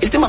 sistema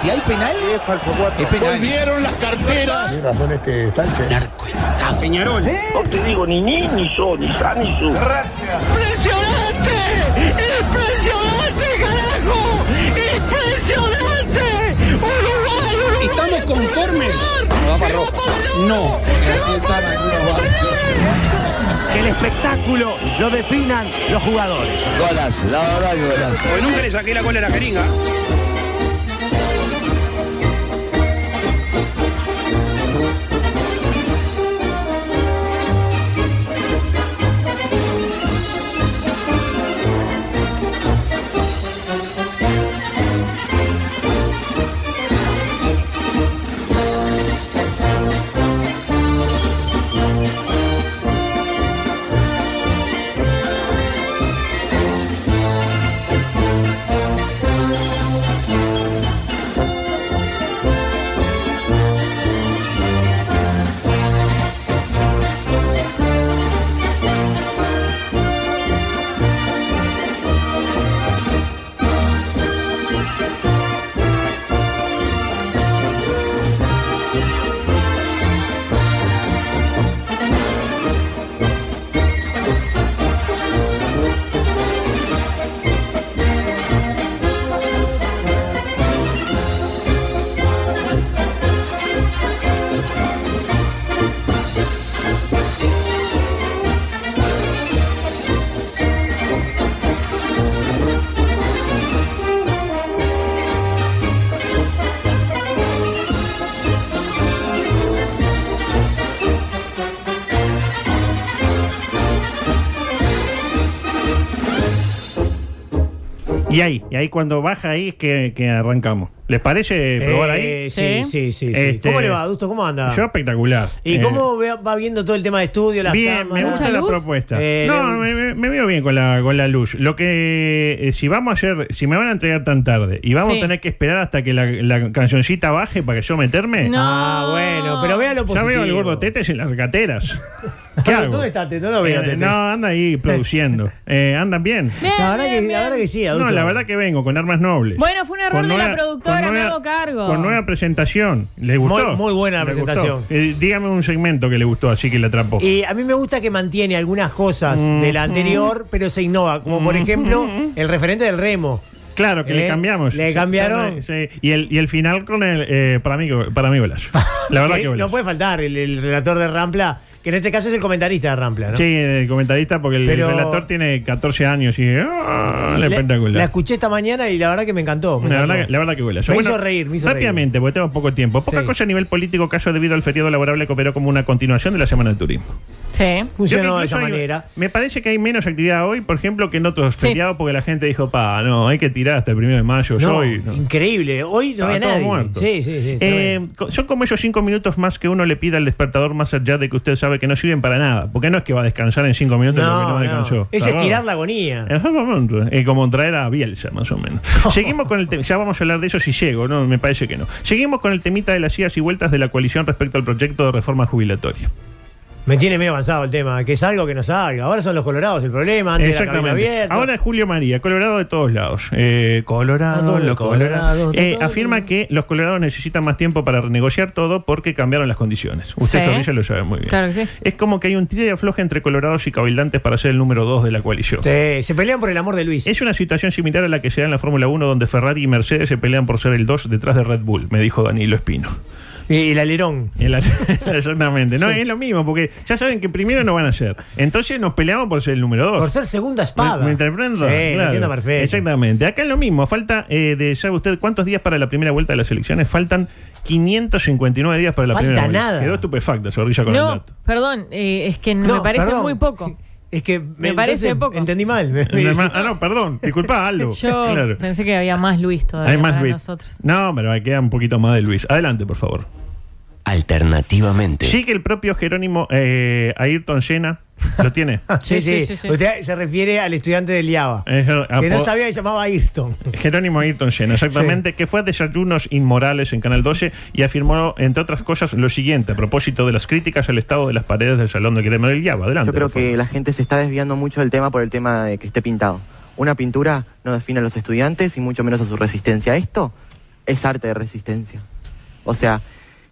Si hay penal, es penal. Volvieron las carteras. Peñarol. ¡Impresionante! ¡Impresionante, carajo! ¡Impresionante! ¡Uruguay, Uruguay! ¿Estamos conformes? No, No. Así están algunos barrios. Que el espectáculo lo definan los jugadores. Golazo, la verdad que golazo. Porque nunca le saqué la cola a la jeringa. Y ahí, y ahí cuando baja ahí es que, que arrancamos. ¿Les parece probar ahí? Eh, sí, sí, sí. sí. Este- ¿Cómo le va, Adusto? ¿Cómo anda? Yo espectacular. ¿Y Eh, cómo ve- va viendo todo el tema de estudio, las Bien, me cámaras? gusta la propuesta. Eh, no, le- me, me- me veo bien con la, con la luz. Lo que eh, si vamos a hacer, si me van a entregar tan tarde y vamos Sí. a tener que esperar hasta que la, la cancioncita baje para que yo meterme, No. Ah, bueno, pero vea lo ya positivo. veo el gordo tetes en las recateras. ¿Qué Bueno, hago? ¿Dónde está Tete? No lo veo, Eh, Tete. no, anda ahí produciendo. Eh, ¿Andan bien? La verdad, que, la verdad que sí, Adusto. No, la verdad que vengo con armas nobles. Bueno, fue un error de Con la nueva- productora, con me nueva- hago cargo. Con nueva presentación. ¿Le gustó? Muy- muy buena la ¿Le gustó? presentación. Eh, dígame un segmento que le gustó, así que la atrapó. Y a mí me gusta que mantiene algunas cosas Mm, de la anterior, pero se innova. Como por ejemplo, el referente del remo. Claro, que le Eh, cambiamos. le Ya- ya cambiaron. no- sí. Y, el, y el final con el. eh, para mí, go- para mí golazo. La verdad Eh, que golazo. No puede faltar el, el relator de Rampla, que en este caso es el comentarista de Rampla, ¿no? Sí, el comentarista, porque el Pero- relator tiene 14 años y. ¡ah! La, espectacular. la escuché esta mañana y la verdad que me encantó. me La encantó. verdad, que- la verdad que golazo. Me hizo reír, me hizo reír. Rápidamente, porque tengo poco tiempo. Poca Sí. cosa a nivel político, caso debido al feriado laborable que operó como una continuación de la Semana del Turismo. Sí. Funcionó Yo de incluso esa hay- manera. Me parece que hay menos actividad hoy, por ejemplo, que en otros Sí. feriados, porque la gente dijo, pa, no, hay que tirar hasta el primero de mayo. yo No, hoy, no". Ah, Increíble. Hoy no Estaba había todo nadie. muerto. Sí, sí, sí. está Eh, bien. co- son como esos cinco minutos más que uno le pida al despertador más allá de que usted sabe que no sirven para nada. Porque no es que va a descansar en cinco minutos porque no no, descansó. no. Es ¿Está estirar claro? la agonía. Exactamente. Eh, como traer a Bielsa, más o menos. Seguimos con el tema. Ya vamos a hablar de eso si llego, ¿no? Me parece que no. Seguimos con el temita de las idas y vueltas de la coalición respecto al proyecto de reforma jubilatoria. Me tiene medio avanzado el tema. Que salga o que no salga. Ahora son los colorados el problema. Antes era cabina abierta. Ahora es Julio María, Colorado de todos lados. Eh, Ah, colorado, todos los colorados, colorados. Eh, todos. afirma que los colorados necesitan más tiempo para renegociar todo porque cambiaron las condiciones. Usted, Sí. Zorrilla, lo sabe muy bien. Claro que sí. Es como que hay un tira y afloja entre colorados y cabildantes para ser el número dos de la coalición. Sí, se pelean por el amor de Luis. Es una situación similar a la que se da en la Fórmula 1 donde Ferrari y Mercedes se pelean por ser el 2 detrás de Red Bull, me dijo Danilo Espino. Eh, el alerón. El ayer- Exactamente. No, es lo mismo, porque ya saben que primero no van a ser. Entonces nos peleamos por ser el número dos. Por ser segunda espada. ¿Me, me interpretan? Sí, lo entiendo perfecto. Exactamente. Acá es lo mismo. Falta, eh, de, ¿sabe usted cuántos días para la primera vuelta de las elecciones? Faltan 559 días para la Falta primera vuelta. nada. Quedó estupefacta, Zorrilla, con el No, dato. perdón, eh, es que me parece perdón. muy poco. Es que Me parece poco. Entendí mal. Ah, no, perdón. Disculpa, Aldo. Yo Claro. pensé que había más Luis todavía Hay más para Luis. nosotros. No, pero queda un poquito más de Luis. Adelante, por favor. Alternativamente. Sí, que el propio Jerónimo eh, Ayrton Senna lo tiene. Sí, sí, Sí, sí, sí, sí. Usted se refiere al estudiante del IABA. Es el que no apo- sabía que se llamaba Ayrton. Jerónimo Ayrton Senna, exactamente, que fue a desayunos inmorales en Canal 12 y afirmó, entre otras cosas, lo siguiente a propósito de las críticas al estado de las paredes del Salón de Gremio del Llava. Adelante. Yo creo por favor. que la gente se está desviando mucho del tema por el tema de que esté pintado. Una pintura no define a los estudiantes y mucho menos a su resistencia. Esto es arte de resistencia. O sea,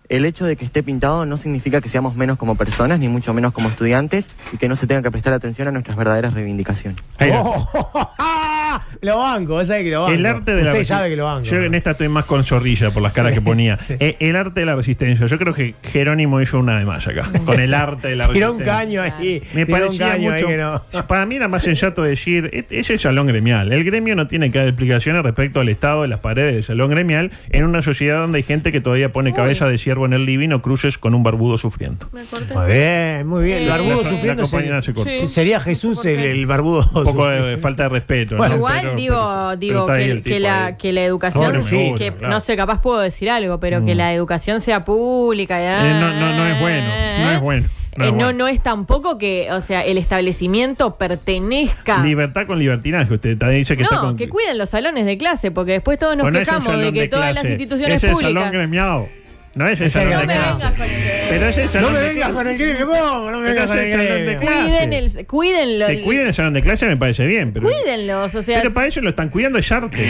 el hecho de que esté pintado no significa que seamos menos como personas, ni mucho menos como estudiantes, y que no se tenga que prestar atención a nuestras verdaderas reivindicaciones. Ahí va. Oh, lo banco, vos sabés que lo Oh, banco. El arte de la Usted resi- sabe que lo banco. Yo en este esta estoy más con zorrilla por las caras que ponía. sí. Eh, el arte de la resistencia. Yo creo que Jerónimo hizo una de más acá. Con el arte de la Tiró resistencia. un caño ahí. Me tiró un parecía caño ahí mucho. que no. Para mí era más sensato decir, "E- es el salón gremial. El gremio no tiene que dar explicaciones respecto al estado de las paredes del salón gremial en una sociedad donde hay gente que todavía pone Uy. cabeza de ciervo en el living o cruces con un barbudo sufriendo. Me corté. Muy bien, muy bien. Lo Eh, barbudo la- la sufriendo compañera sería, se cortó. Sí. sería Jesús el, el barbudo. Un poco de, de falta de respeto. Bueno, ¿no? Igual Pero- digo, pero- digo pero está ahí que, el que tipo la, ahí. que la educación, Ahora me sí, gusta, que claro. Mm. no sé, capaz puedo decir algo, pero que la educación sea pública. Eh, no, no, no es bueno, no es bueno, no Eh, es No, bueno. no es tampoco que, o sea, el establecimiento pertenezca. Libertad con libertinaje. Usted también dice que está no, con. que cuiden los salones de clase, porque después todos nos Bueno, es un quejamos de salón que de todas clase. las instituciones es el públicas. salón gremiado. No es el Es el salón de No me gremiado. clase. vengas con el- Pero es el No salón me de vengas clase. con el gremio, ¿cómo? No me vengas Entonces, con el el salón de gremio. clase. Cuiden el, cuídenlo. Que cuiden el salón de clase me parece bien. Pero, Cuídenlos, o sea, pero para ellos lo están cuidando es arte.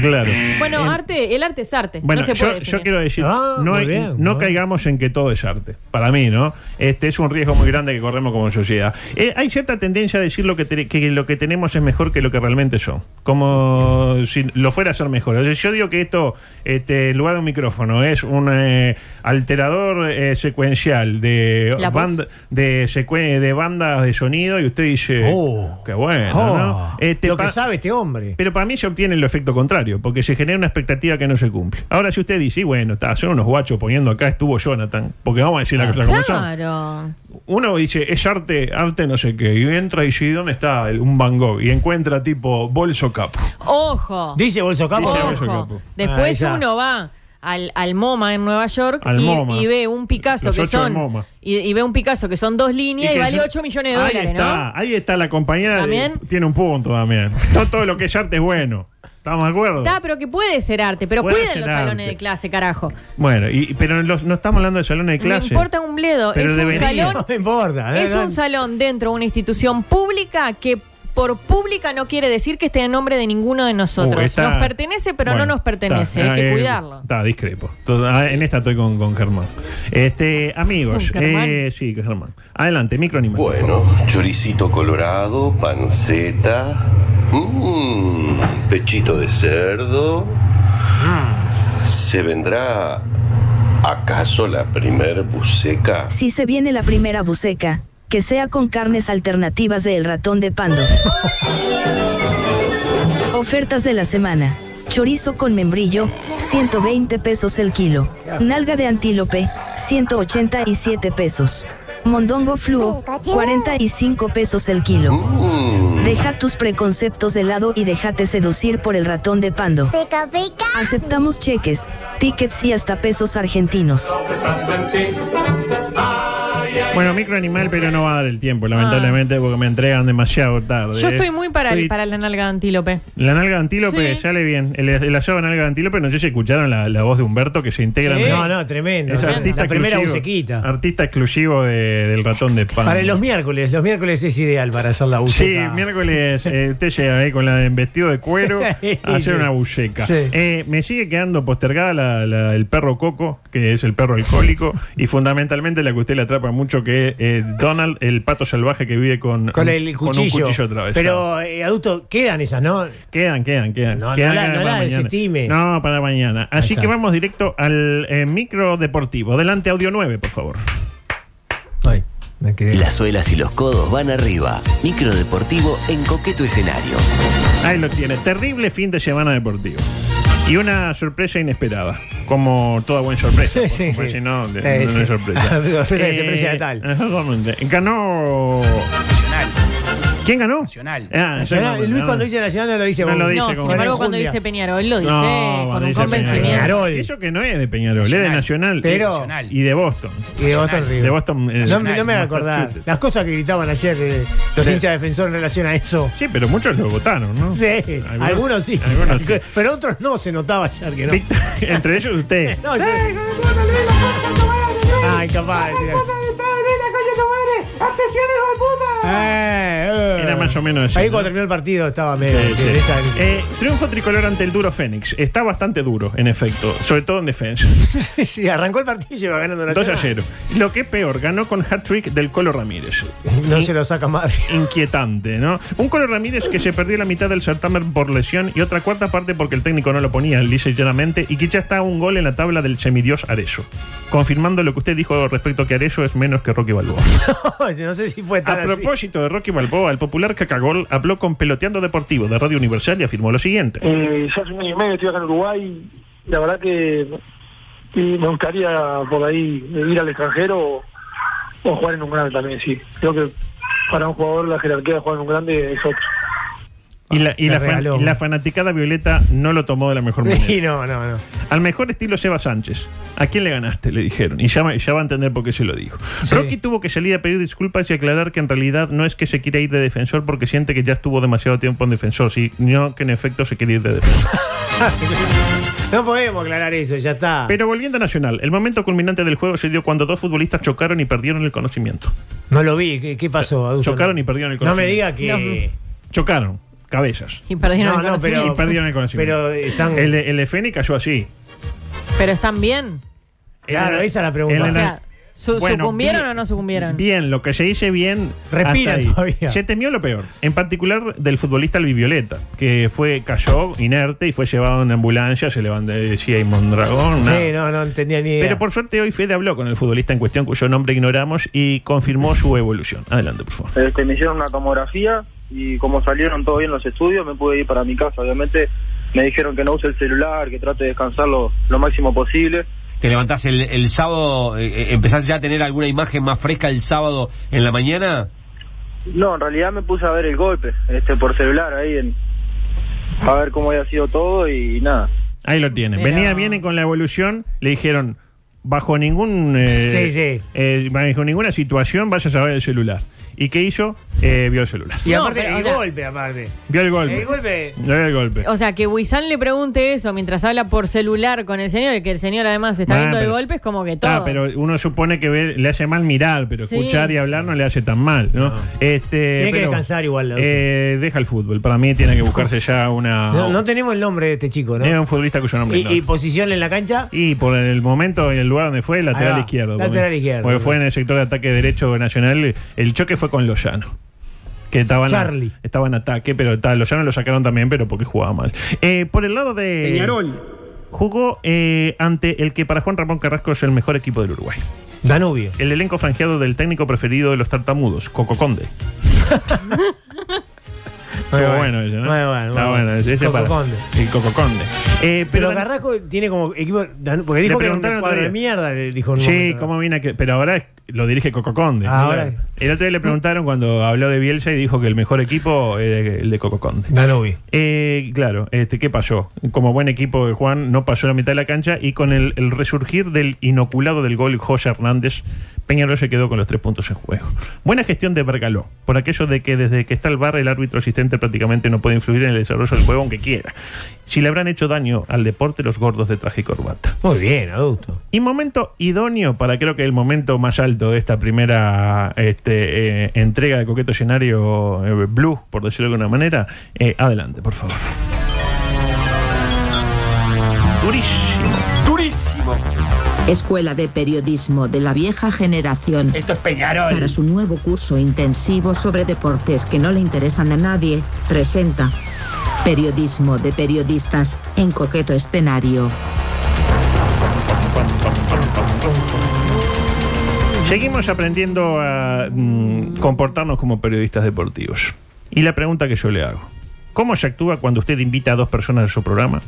Claro. bueno, Eh, arte, el arte es arte. Bueno, no se yo, puede yo definir. quiero decir, Ah, no, muy hay- bien, no muy bien. caigamos en que todo es arte. Para mí, ¿no? Este es un riesgo muy grande que corremos como sociedad. Eh, hay cierta tendencia a decir lo que, te- que lo que tenemos es mejor que lo que realmente son. Como si lo fuera a ser mejor. O sea, yo digo que esto, este, en lugar de un micrófono, es un eh, alterador eh, secuencial de, La voz. banda- de, secue- de bandas de sonido y usted dice, Oh. qué bueno, Oh, ¿no? Este, lo que pa- sabe este hombre. pero para mí se obtiene el efecto contrario, porque se genera una expectativa que no se cumple. Ahora, si usted dice, y bueno, está, son unos guachos poniendo acá, estuvo Jonathan, porque vamos a decir la cosa como son. Claro. Uno dice, es arte, arte no sé qué, y entra y dice, ¿dónde está el- un Van Gogh? Y encuentra tipo bolso capo. Ojo. Dice Bolso Capo. Dice Bolso Ojo. Capo. Ah, Ahí Después está. uno va al, al MoMA en Nueva York Al y, MoMA. y ve un Picasso Los que ocho del son MoMA. y, y ve un Picasso que son dos líneas y, que vale se- 8 millones de ahí dólares, está, ¿no? Ahí está la compañera. de- También. tiene un punto también. No todo lo que es arte es bueno. ¿Estamos de acuerdo? Está, pero que puede ser arte, pero Puede cuiden ser los arte. salones de clase, carajo. Bueno, y, pero los- no estamos hablando de salones de No clase. importa un bledo, Pero es debería. un salón No me importa. Es ¿no? un salón dentro de una institución pública que por pública no quiere decir que esté en nombre de ninguno de nosotros. Uh, está- nos pertenece, pero Bueno, no nos pertenece. está, Hay que eh, cuidarlo. Está, discrepo. To- ah, En esta estoy con, con Germán. Este, amigos, Con Germán. eh, sí, con Germán. Adelante, microanimal. por favor. choricito colorado, panceta, mmm, pechito de cerdo. ¿Se vendrá acaso la primer buceca? Si se viene la primera buceca, que sea con carnes alternativas del ratón de pando. Ofertas de la semana. Chorizo con membrillo, 120 pesos el kilo. Nalga de antílope, 187 pesos. Mondongo fluo, 45 pesos el kilo. Deja tus preconceptos de lado y déjate seducir por el ratón de pando. Pica, pica. Aceptamos cheques, tickets y hasta pesos argentinos. Bueno, microanimal, pero no va a dar el tiempo, lamentablemente, porque me entregan demasiado tarde. Ah. eh. Yo estoy muy para, el- Estoy- para la nalga de antílope. La nalga de antílope Sí. sale bien. El, el asado de nalga de antílope, no sé si escucharon la, la voz de Humberto que se integra Sí. en- No, no, tremendo. Es artista la primera exclusivo, bucequita. Artista exclusivo de- del ratón de pan. Para los miércoles, los miércoles es ideal para hacer la buceca. Sí, miércoles eh, usted llega ahí con la en vestido de cuero a Sí. hacer una buceca. Sí. Eh, me sigue quedando postergada la- la- el perro coco, que es el perro alcohólico, y fundamentalmente la que usted le atrapa mucho mucho que eh, Donald, el pato salvaje que vive con, Con el con cuchillo. un cuchillo atravesado. Pero, eh, adulto, quedan esas, ¿no? Quedan, quedan, quedan. No, no Quedan la- para no la mañana. desestime. No, para mañana. Así está. que vamos directo al eh, micro deportivo. Adelante, audio 9, por favor. Las suelas y los codos van arriba. Microdeportivo en coqueto escenario. Ahí lo tiene. Terrible fin de semana deportivo. Y una sorpresa inesperada. Como toda buena sorpresa. por Sí, supuesto, sí. Si no, Sí, no, no sí. es sorpresa. Eh, Sorpresa que se precia de tal. Exactamente. Ganó. ¿Quién ganó? Nacional. Ah, Nacional. exactamente. Luis cuando dice Nacional no lo dice No lo vos. dice No, como sin embargo, cuando Enjundia. dice Peñarol, lo dice con cuando un dice convencimiento. Peñarol. Eso que no es de Peñarol, es de Nacional. Pero- Nacional. y de Boston. Y de Boston River. De Boston, eh, No, me- no me voy a acordar. Massachusetts. Las cosas que gritaban ayer eh, los Sí. hinchas defensores en relación a eso. Sí, pero muchos lo votaron, ¿no? Sí, algunos, sí. algunos sí. Pero otros no, se notaba ayer que no. Víctor, entre ellos usted. No, yo- Ay, capaz. sí. Eh, eh. Era más o menos así, Ahí ¿no? cuando terminó el partido estaba medio. Sí, que sí. esa- Eh, triunfo tricolor ante el duro Fénix. Está bastante duro, en efecto. Sobre todo en defensa. sí, arrancó el partido y iba ganando 2 a Nacional. 0. Lo que es peor, ganó con hat-trick del Colo Ramírez. No Y- se lo saca más. inquietante, ¿no? Un Colo Ramírez que se perdió la mitad del certamen por lesión y otra cuarta parte porque el técnico no lo ponía, dice llanamente, y que ya está a un gol en la tabla del semidios Areso. Confirmando lo que usted dijo respecto a que Areso es menos que Rocky Balboa. no sé si fue tan A así. propósito de Rocky Balboa, el popular Cacagol habló con Peloteando Deportivo de Radio Universal y afirmó lo siguiente. Eh, ya hace un año y medio estoy acá en Uruguay. La verdad que y me gustaría por ahí ir al extranjero o, o jugar en un grande también, sí. Creo que para un jugador la jerarquía de jugar en un grande es otro. Y la, y Me la fan- regaló. y la fanaticada Violeta no lo tomó de la mejor manera. Y no, no, no. Al mejor estilo Seba Sánchez. ¿A quién le ganaste? Le dijeron. Y ya, va- ya va a entender por qué se lo dijo. Rocky tuvo que salir a pedir disculpas y aclarar que en realidad no es que se quiera ir de defensor porque siente que ya estuvo demasiado tiempo en defensor, sino que en efecto se quiere ir de defensor. No podemos aclarar eso, ya está. Pero volviendo a Nacional, el momento culminante del juego se dio cuando dos futbolistas chocaron y perdieron el conocimiento. no lo vi. ¿Qué, qué pasó, adulto? Chocaron y perdieron el No conocimiento. me diga que. Chocaron. Cabezas. Y perdieron No, el no, pero- Y conocimiento. perdieron el conocimiento. Pero están- El, de- el de Feni cayó así. Pero están bien. Claro, El- esa es la pregunta. el- O sea, su- Bueno, ¿sucumbieron bien- o no sucumbieron? Bien, lo que se dice bien. Respira hasta ahí. todavía. Se temió lo peor. En particular del futbolista Albi Violeta, que fue, cayó inerte y fue llevado en ambulancia, se levantó y decía y Mondragón. nada. Sí, no, no entendía ni idea. Pero por suerte hoy Fede habló con el futbolista en cuestión, cuyo nombre ignoramos, y confirmó su evolución. Adelante, por favor. Este, me hicieron una tomografía y como salieron todo bien los estudios, me pude ir para mi casa. Obviamente me dijeron que no use el celular, que trate de descansar lo, lo máximo posible. Te levantás el, el sábado, eh, eh, empezás ya a tener alguna imagen más fresca el sábado en la mañana. No, en realidad me puse a ver el golpe este, por celular ahí, en, a ver cómo había sido todo y, nada. Ahí lo tienen. Pero- Venía bien y con la evolución, le dijeron, bajo ningún eh, Sí, sí. eh, bajo ninguna situación vas a saber el celular. ¿Y qué hizo? Eh, vio el celular. Y aparte, pero, el o sea- golpe, aparte. Vio el golpe. El golpe. Vio el golpe. O sea, que Wisan le pregunte eso mientras habla por celular con el señor, que el señor además está Bueno, viendo el Ah, pero- golpe, es como que todo. Ah, pero uno supone que ve- le hace mal mirar, pero Sí. escuchar y hablar no le hace tan mal, ¿no? Este, Tiene que pero, descansar igual. adulto. eh, deja el fútbol. Para mí tiene que buscarse ya una. no, no tenemos el nombre de este chico, ¿no? Era un futbolista cuyo nombre y, no. y posición en la cancha. Y por el momento y el lugar donde fue, Ahí lateral va, izquierdo. lateral porque- izquierdo. Porque fue en el sector de ataque derecho nacional. El choque fue con Lozano. Que estaba en, Charlie. estaba en ataque, pero ta- Lozano lo sacaron también, pero porque jugaba mal. Eh, por el lado de. Peñarol. Jugó eh, ante el que para Juan Ramón Carrasco es el mejor equipo del Uruguay. Danubio. El elenco franjeado del técnico preferido de los tartamudos, Coco Conde. Muy Estuvo bueno ese, ¿no? Muy bueno, muy Está bueno. bueno, ese Coco para- Conde. El Coco Conde. Eh, Pero, Dan- Carrasco tiene como equipo. Danu- Porque Le dijo que era un preguntaron otro cuadro de día. mierda, le dijo en un Sí, momento, ¿no? cómo viene que. Pero ahora es- lo dirige Coco Conde. Ah, ahora es. El otro día le preguntaron cuando habló de Bielsa y dijo que el mejor equipo era el de Coco Conde. Danubio. Eh, claro, este, ¿qué pasó? Como buen equipo de Juan, no pasó la mitad de la cancha y con el, el resurgir del inoculado del gol José Hernández, Peñarol se quedó con los tres puntos en juego. Buena gestión de Bergaló, por aquello de que desde que está el bar el árbitro asistente prácticamente no puede influir en el desarrollo del juego aunque quiera. Si le habrán hecho daño al deporte los gordos de traje y corbata. Muy bien, adulto. Y momento idóneo para creo que el momento más alto de esta primera este, eh, entrega de Coqueto Escenario eh, Blue, por decirlo de alguna manera. Eh, adelante, por favor. Durísimo. Durísimo. periodismo. Escuela de Periodismo de la Vieja Generación. Esto es Peñarol. Para su nuevo curso intensivo sobre deportes que no le interesan a nadie, presenta Periodismo de Periodistas en coqueto escenario. Seguimos aprendiendo a mm, comportarnos como periodistas deportivos. Y la pregunta que yo le hago, ¿cómo se actúa cuando usted invita a dos personas a su programa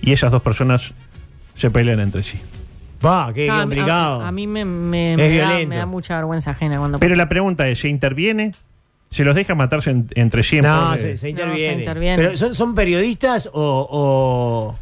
y esas dos personas se pelean entre sí? Va, qué, Ah, a- complicado. A, a mí me, me- Es me da, violento. me da mucha vergüenza ajena cuando Pero la pregunta es, ¿se interviene? ¿Se los deja matarse en- entre sí? en No, pos de- se, se No, se interviene. interviene. Pero ¿son, son periodistas o, o-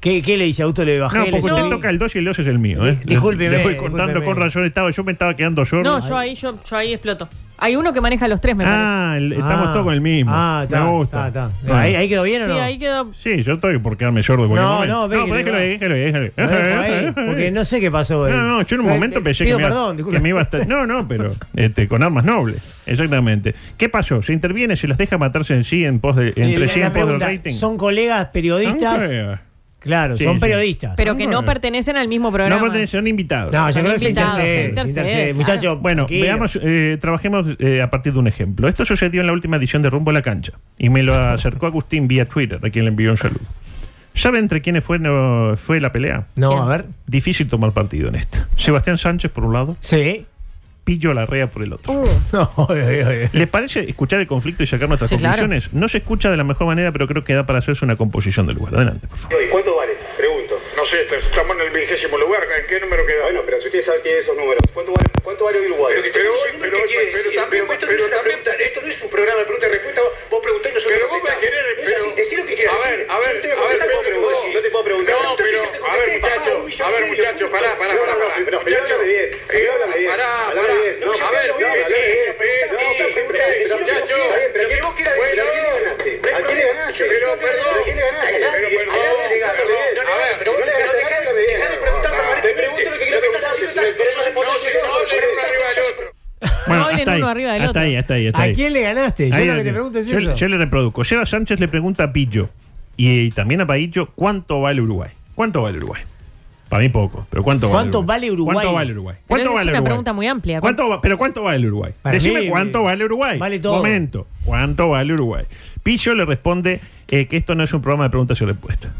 ¿Qué, qué le dice? ¿Auto le bajé? No, le porque subí? usted toca el 2 y el 2 es el mío. ¿eh? Discúlpeme, Le voy contando discúlpeme. con razón. Estaba, yo me estaba quedando solo. No, yo ahí, yo, yo ahí exploto. Hay uno que maneja los tres, me Ah, el- estamos Ah. todos con el mismo. Ah, está, Me gusta. está, está. Ahí- ahí quedó bien o parece. no? Sí, ahí quedó. Sí, yo estoy por quedarme sordo. en cualquier No, momento. no, ve que pero le déjelo va. ahí, déjelo ahí, déjelo Lo ahí. dejo ahí, porque no sé qué pasó. eh. No, no, yo en un Eh, momento eh, pensé pido que me, iba- perdón, disculpe. que me iba a estar- No, no, pero este, con armas nobles. Exactamente. ¿Qué pasó? ¿Se interviene? ¿Se los deja matarse en sí en pos de, entre La- sí la en pos del pregunta, rating? ¿Son colegas periodistas? Son colegas. Claro, Sí, son sí. periodistas. Pero que no Hombre. pertenecen al mismo Ah, No, programa. pertenecen, son invitados. No, yo Son creo que se invitados, intercede, se intercede, intercede. claro. Muchacho, bueno, tranquilo. veamos, eh, trabajemos eh, a partir de un ejemplo. Esto sucedió en la última edición de Rumbo a la Cancha y me lo acercó Agustín vía Twitter, a quien le envió un saludo. ¿Sabe entre quiénes fue, no- fue la pelea? No, ¿Quién? a ver. Difícil tomar partido en esta. Sebastián Sánchez por un lado. Sí. Pillo Larrea por el otro. Uh. ¿Les parece escuchar el conflicto y sacar nuestras Sí, claro. conclusiones? No se escucha de la mejor manera, pero creo que da para hacerse una composición del lugar. Adelante, por favor. ¿Y cuánto vale? Pregunto. No sé, te- estamos en el vigésimo lugar. ¿En qué número queda? Bueno, pero si usted sabe, tiene esos números. ¿Cuánto vale, cuánto vale Uruguay? Pero, pero, pero, pero, también, pero, pero, pregunta, esto no es un programa de pregunta y respuesta. Vos preguntás y nosotros Pero vos me querés... Es así, decí lo que quieras A ver, a ver, a ver, no te puedo preguntar. No, pero, a ver, muchachos, a ver, muchachos, pará, pará, pará. Pero, muchachos, bien, pará, pará. No, a ver, no, pero que vos quieras decir, ¿a quién le ganaste? ¿A quién le ganaste? Pero, perdón, ¿a quién le ganaste? Pero, perdón, a ver, pero no le ganaste, dejá de preguntar permanentemente. Te pregunto lo que quiero que estás haciendo, estás... Pero no se pone no hablen uno arriba del otro. Bueno, hablen hasta ahí, uno arriba del hasta otro. ahí, hasta ahí, hasta ¿A ahí. quién le ganaste? Yo Ahí lo que lo te tiene. pregunto es Yo- eso. Yo le reproduzco. Seba Sánchez le pregunta a Pillo y, eh, también a Paillo cuánto vale Uruguay. ¿Cuánto vale Uruguay? Para mí poco, pero ¿cuánto, ¿Cuánto vale Uruguay? ¿Cuánto vale Uruguay? Pero ¿Cuánto es vale una Uruguay? pregunta muy amplia. ¿Cuánto va- pero ¿cuánto vale Uruguay? Para Decime mí, cuánto eh, vale Uruguay. vale todo. Momento. ¿Cuánto vale Uruguay? Pillo le responde eh, que esto no es un programa de preguntas y respuestas.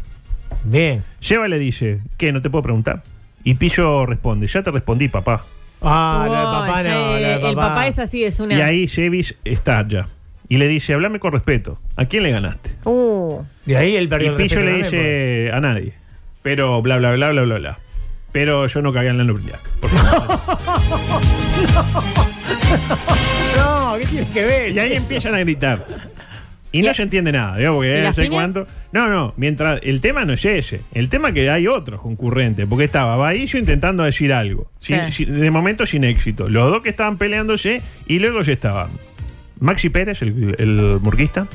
Bien. Lleva le dice, ¿qué? ¿No te puedo preguntar? Y Pillo responde, ya te respondí, papá. Ah, lo de Uy, papá no, sí, lo de El papá. papá es así, es una. Y ahí Jevis está ya. Y le dice, hablame con respeto. ¿A quién le ganaste? Uh. De ahí el perdió Y el Pillo respeto le también, dice a nadie. Pero bla, bla, bla, bla, bla, bla. Pero yo no cagué en la Nurdiac. por favor. No, ¿qué tienes que ver? y ahí empiezan a gritar. Y no se entiende nada, ¿vio? ¿Y porque eh, no las sé piñas? cuánto. No, no, mientras. El tema no es ese. El tema es que hay otros concurrentes. Porque estaba Bahillo intentando decir algo. sin- Sí. sin- de momento sin éxito. Los dos que estaban peleándose y luego se estaban. Maxi Pérez, el, el murguista.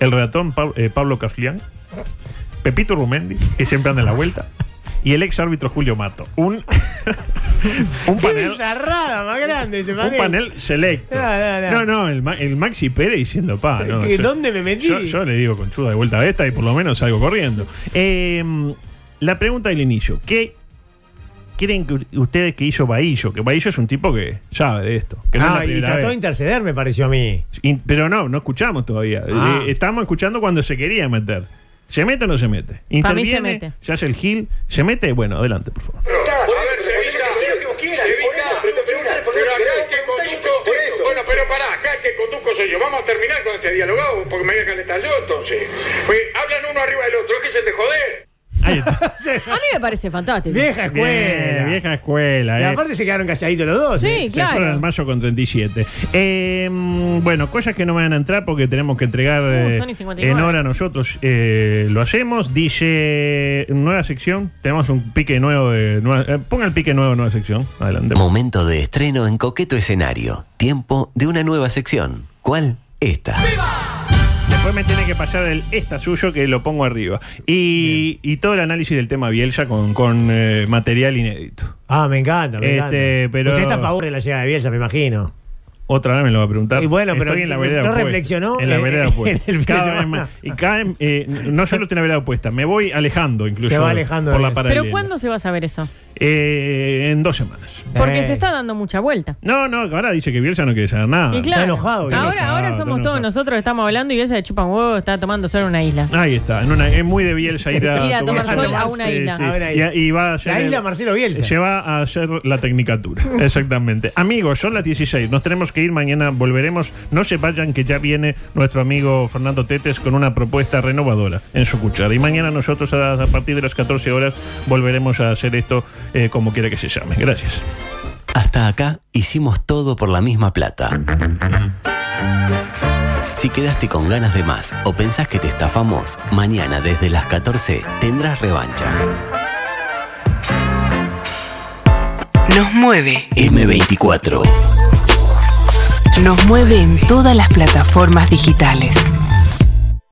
El ratón Pa- eh, Pablo Castellán. Pepito Rumendi, que siempre anda en la vuelta. Y el ex árbitro Julio Mato. Un, un ¡Qué panel bizarrada más grande ese un panel selecto. No, no, No, no. no, el, Ma- el Maxi Pérez diciendo, pa, no, ¿Qué- yo- dónde me metí? Yo, yo le digo conchuda de vuelta a esta y por lo menos salgo corriendo. Eh, la pregunta del inicio, ¿qué creen que u- ustedes que hizo Bahillo? Que Bahillo es un tipo que sabe de esto. Que no es eh. la Ah, y primera trató de vez. interceder, me pareció a mí. In- pero no, no escuchamos todavía. Ah. Eh, estamos escuchando cuando se quería meter. ¿Se mete o no se mete? Pa' mí se Interviene, mete. se hace el gil, se mete, bueno, adelante, por favor. A ver, Sevilla, sé lo que vos quieras. Sevilla, pero acá el que conduzco... Bueno, pero pará, acá el que conduzco soy yo. Vamos a terminar con este dialogado porque me voy a calentar yo entonces. Pues, hablan uno arriba del otro, es que se te joder. A mí me parece fantástico. Vieja Bien, escuela. vieja escuela. Y eh. aparte se quedaron calladitos los dos. Sí, eh. claro. Se fueron al mayo con 37. Eh, mm, bueno, cosas que no van a entrar porque tenemos que entregar eh, Uh, son y 59. en hora nosotros. eh, lo hacemos. Dice nueva sección. Tenemos un pique nuevo de. nueva- eh, ponga el pique nuevo de nueva sección. Adelante. Momento de estreno en coqueto escenario. Tiempo de una nueva sección. ¿Cuál? Esta. Después me tiene que pasar el esta suyo que lo pongo arriba. Y, y todo el análisis del tema Bielsa con, con, eh, material inédito. Ah, me encanta, me Este, encanta. pero- Usted está a favor de la llegada de Bielsa, me imagino. Otra vez me lo va a preguntar. Y bueno, pero Estoy en la no vereda opuesta. reflexionó En la en- vereda en opuesta. el fin de cada vez semana. más. Y cada vez, eh, no solo estoy en la vereda opuesta, me voy alejando incluso. Se va alejando por de la él. paralela. ¿Pero cuándo se va a saber eso? Eh, en dos semanas. Porque Eh. se está dando mucha vuelta. No, no, ahora dice que Bielsa no quiere saber nada. y claro, Bielsa. ahora, ahora Ah, Está somos enojado. todos nosotros que estamos hablando y él se chupa un huevo, está tomando solo una isla. Ahí está, en una, es muy de Bielsa ir a, Ir a tomar tomarse- sol a una isla. A una Y, isla. y va a hacer La el- isla Marcelo Bielsa. Se va a hacer la tecnicatura, exactamente. Amigos, son las 16, nos tenemos que ir, mañana volveremos. No se vayan que ya viene nuestro amigo Fernando Tetes con una propuesta renovadora en su cuchara. Y mañana nosotros a, a partir de las 14 horas volveremos a hacer esto eh, como quiera que se llame. Gracias. Hasta acá hicimos todo por la misma plata. Si quedaste con ganas de más o pensás que te estafamos, mañana desde las 14 tendrás revancha. Nos mueve. M24. Nos mueve en todas las plataformas digitales.